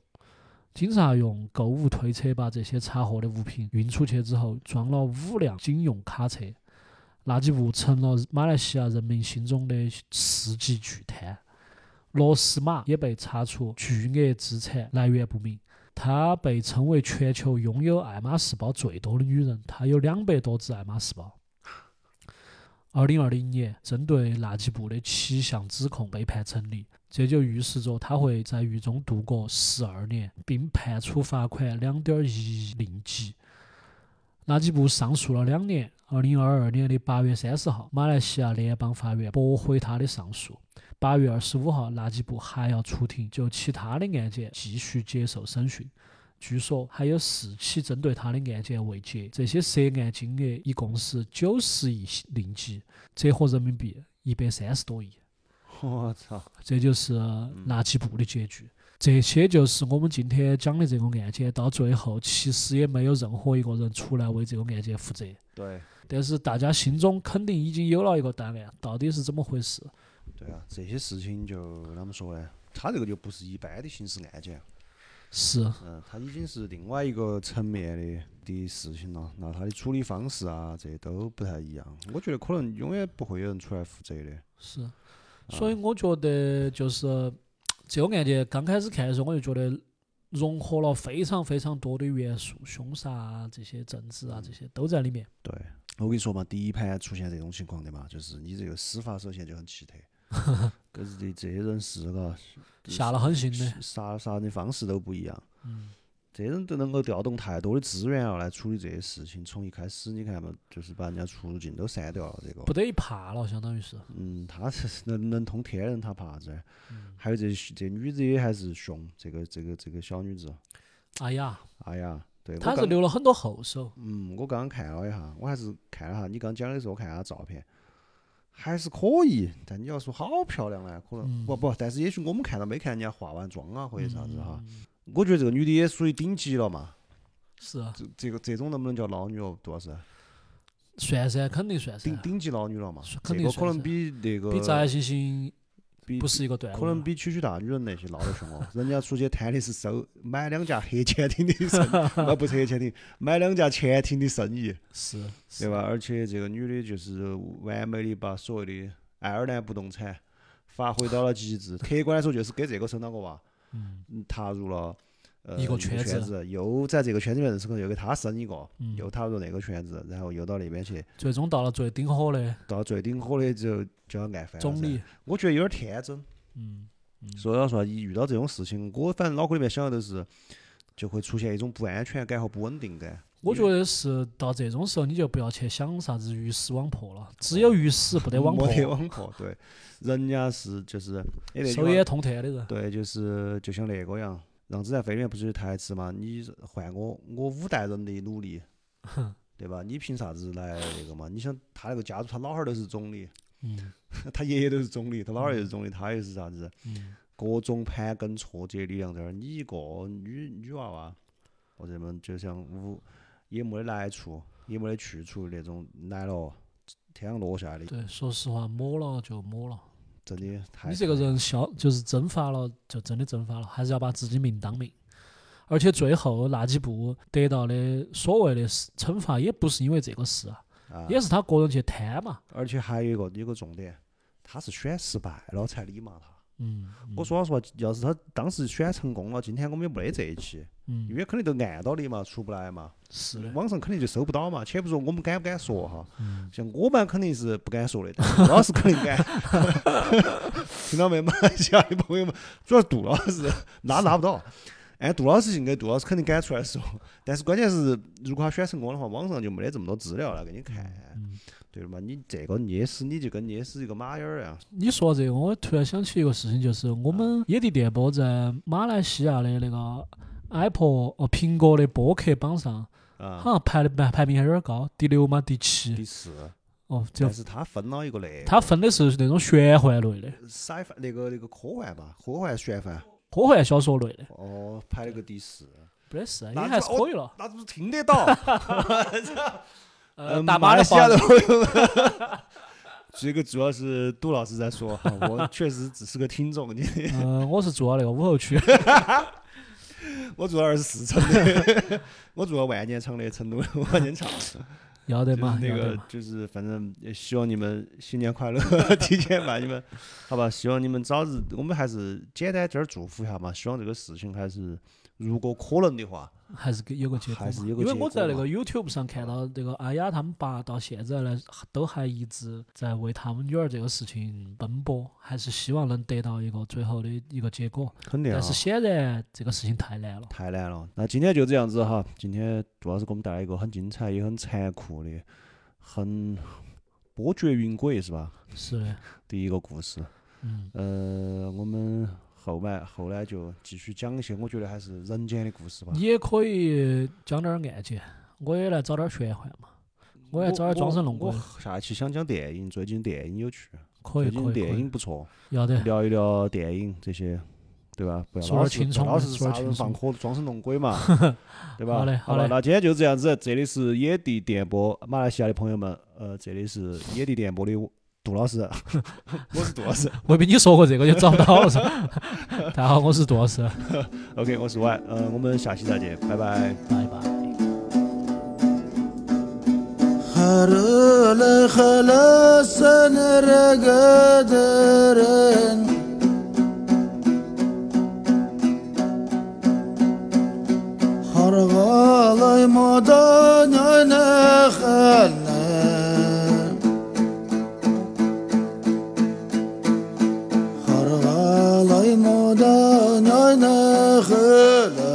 警察用购物推车把这些查获的物品运出去之后，装了五辆警用卡车，纳吉布成了马来西亚人民心中的世纪巨贪。罗斯马也被查出巨额资产来源不明，她被称为全球拥有爱马仕包最多的女人，她有两百多只爱马仕包。二零二零年，针对纳吉布的七项指控被判成立，这就预示着他会在狱中度过十二年，并判处罚款两点一亿令吉。纳吉布上诉了两年。二零二二年的八月三十号，马来西亚联邦法院驳回他的上诉。八月二十五号，纳吉布还要出庭，就其他的案件继续接受审讯。据说还有四起针对他的案件未结，这些涉案金额一共是九十亿令吉，折合人民币一百三十多亿。
我操，
这就是纳吉布的结局。这些就是我们今天讲的这个案件，到最后其实也没有任何一个人出来为这个案件负责，
对
但是大家心中肯定已经有了一个答案，到底是怎么回事？
对啊，这些事情就啷么说呢？他这个就不是一般的刑事案件，啊
是
嗯，他已经是另外一个层面的的事情了。那他的处理方式啊，这都不太一样。我觉得可能永远不会有人出来负责的。
是，所以
啊
我觉得就是呃这个案件刚开始看的时候，我就觉得融合了非常非常多的元素，凶杀啊，这些政治啊，这些都在里面。
对，我跟你说嘛，第一盘出现这种情况的嘛，就是你这个司法首先就很奇特，可是这这些人是个
嗯
下了狠心的
杀杀人的方式都不一样。
嗯，
这人都能够调动太多的资源啊了来处理这些事情。从一开始你看嘛，就是把人家出入境都删掉了，这个
不得一怕了，相当于是。
嗯，他是能能通天人，他怕啥子？还有这这女子也还是凶，这个这个这个小女子，
哎呀，
哎呀，对，我
他是
刚
留了很多后手，
嗯，我刚刚看了一下，我还是看了下你刚讲的时候，我看了下照片，还是可以。但你要说好漂亮呢，可能、
嗯
不不，但是也许我们看到没看人家化完妆啊，或者啥子哈。我觉得这个女的也属于顶级了嘛，
嗯是啊
这这个这种能不能叫捞女哦？杜老师，
算噻，肯定算噻
顶，顶级捞女了嘛
是？
这
肯定
个
算
可能
噻
比那个
比翟星星
比
不是一个段位
可能
了
比区区大女人那些闹得凶哦。人家出去摊的是收买两架黑潜艇的生意， 啊不是黑潜艇，买两架潜艇的生意。
是是
对吧？而且这个女的就是完美的把所谓的爱尔兰不动产发挥到了极致。客观来说，就是给这个生了个娃，
嗯
嗯踏入了呃
一个
圈
圈子
又在这个圈子里面认识个，又给他生一个，
嗯，
又踏入那个圈子，然后又到那边去，
最终到了最顶火的
到最顶火的就就要按翻了
总
噻
理，
我觉得有点天真，
嗯
所以要说一遇到这种事情，我反正脑壳里面想的都是就会出现一种不安全感和不稳定感。
我觉得是到这种时候，你就不要去想啥子鱼死网破了，只有鱼死不得网破
啊 没，得网破，哦对，人家是就是，哎，那句
手
话
眼通天的人，
对，就是就像那个样，《让子弹飞》里面不是有台词嘛？你换我，我五代人的努力，对吧？你凭啥子来那个嘛？你想他那个家族，他老汉儿都是总理，
嗯
他爷爷都是总理，他老二也是总理，他又是啥子？
嗯，
各种盘根错节力量在那儿，你一个女女娃娃，或者么就像无也没得来处，也没得去处那种来了天上落下的，
对，说实话，抹了就抹了，
真的太
你这个
惨了
人消就是蒸发了，就真的蒸发了，还是要把自己命当命。而且最后那几步得到的所谓的惩罚，也不是因为这个事啊，
啊
也是他个人去贪嘛。
而且还有一个有个重点，他是选失败了才理嘛他。
嗯，
我说老实话，要是他当时选成功了，今天我们也没得这一期，
嗯，嗯，
因为肯定都按到的嘛，出不来嘛，
是的，
网上肯定就搜不到嘛。且不说我们敢不敢说哈，
嗯，
像我们肯定是不敢说的，但是 杜老师肯定敢。听到没，马来西亚的朋友们，主要是杜老师拉拉不到。按杜老师性格，杜老师肯定敢出来说，但是关键是，如果他选成功的话，网上就没得这么多资料来给你看，
嗯
对嘛？你这个捏死你就跟捏死一个马眼儿一样。
你说这个，我突然想起一个事情，就是我
啊
们野地电波在马来西亚的那个 Apple 哦苹果的播客榜上，
啊、
好像排的排排名还有点高，第六嘛第七
第四，
哦，就
但是他分了一个那个
它分的是那种玄幻类的、
sci 那个那个科幻吧，科幻玄幻，
科幻小说类的，
哦，排了个第四，
没得事，也
那
还
这
是
我
可以了。
那不是听得到？
呃，
嗯
大
马
马
来
的
西亚
话
的，朋友们。 这个主要是杜老师在说哈， 我确实只是个听众，你
嗯，我是住到那个武侯区，
我住了二十四层的， 我住了万年场的成都万年场，
要得嘛，
就是那
要得
个
嘛。
就是反正也希望你们新 年快乐，提前把你们好吧，希望你们早日，我们还是简单点儿祝福一下嘛，希望这个事情还是如果可能的话，
还是有个结果
还
嘛，
是有个
因为
结
我在
果
那
嘛
个 YouTube 上看到这个阿雅他们爸到现在呢，都还一直在为他们女儿这个事情奔波，还是希望能得到一个最后的一个结果。
肯定啊
但是显然这个事情太难了，
太难了。那今天就这样子哈，今天杜老师给我们带来一个很精彩也很残酷的、很波谲云诡是吧？
是的，
的一个故事。
嗯，
呃，我们后面后来就继续讲一些，我觉得还是人间的故事吧
你。也可以讲点儿案件，我也来找点儿玄幻嘛，我
我
也找点儿装神弄鬼
我，我下期想讲电影，最近电影有趣，
可以
最
可
近
以
电
可以，
影不错，
要得，
聊一聊电影这些。对吧？不要
说
老
点
是
轻
不要
松的说
老是
点
杀人
轻
放
松
火、装神弄 鬼嘛，对吧？
好嘞
好
好
吧
嘞
那今天就这样子，这里是野地电波，马来西亚的朋友们，呃，这里是野地电波的杜老师，我是杜老师
未必你说过这个就找不到了是 吧？大家好，我是杜老师，
，OK，我是 Y，呃，我们下期再见，拜拜。
拜拜。
هرل خلاص نرقدرن هرغالي مدن انا خلنا هرغالي مدن انا خلنا